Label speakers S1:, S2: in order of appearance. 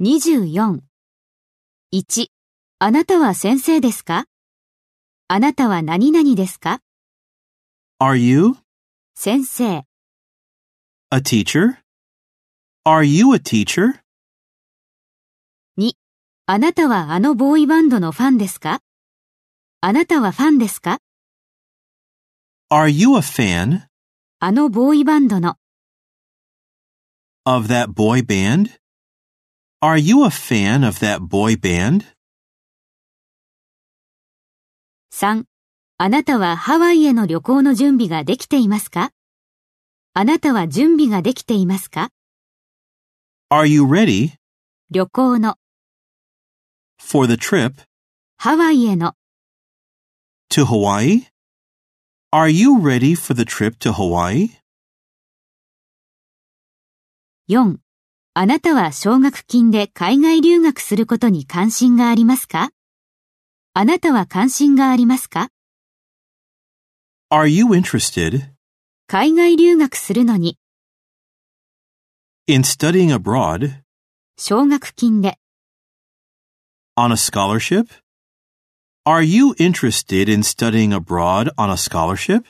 S1: 24.1. あなたは先生ですかあなたは何々ですか
S2: Are you
S1: 先生、
S2: a teacher? Are you a teacher?
S1: あなたはあのボーイバンドのファンですかあなたはファンですか
S2: Are you a fan
S1: あのボーイバンドの。
S2: of that boy band? Are you a fan of that boy band?
S1: 3. あなたはハワイへの旅行の準備ができていますかあなたは準備ができていますか
S2: Are you ready
S1: 旅行の、
S2: for the trip
S1: ハワイへの、
S2: to Hawaii? Are you ready for the trip to Hawaii?
S1: 4. あなたは奨学金で海外留学することに関心がありますかあなたは関心がありますか
S2: Are you interested
S1: 海外留学するのに、
S2: in studying abroad
S1: 奨学金で、
S2: on a scholarship? Are you interested in studying abroad on a scholarship?